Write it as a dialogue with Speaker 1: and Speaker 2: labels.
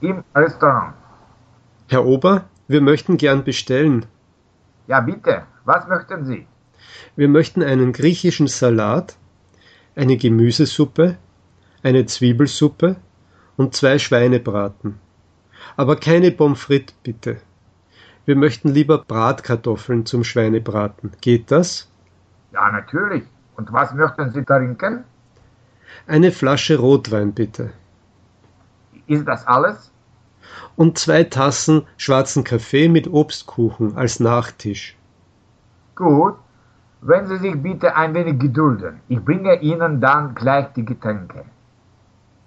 Speaker 1: Im Restaurant.
Speaker 2: Herr Ober, wir möchten gern bestellen.
Speaker 1: Ja, bitte. Was möchten Sie?
Speaker 2: Wir möchten einen griechischen Salat, eine Gemüsesuppe, eine Zwiebelsuppe und zwei Schweinebraten. Aber keine Pommes frites, bitte. Wir möchten lieber Bratkartoffeln zum Schweinebraten. Geht das?
Speaker 1: Ja, natürlich. Und was möchten Sie trinken?
Speaker 2: Eine Flasche Rotwein, bitte.
Speaker 1: Ist das alles?
Speaker 2: Und zwei Tassen schwarzen Kaffee mit Obstkuchen als Nachtisch.
Speaker 1: Gut. Wenn Sie sich bitte ein wenig gedulden. Ich bringe Ihnen dann gleich die Getränke.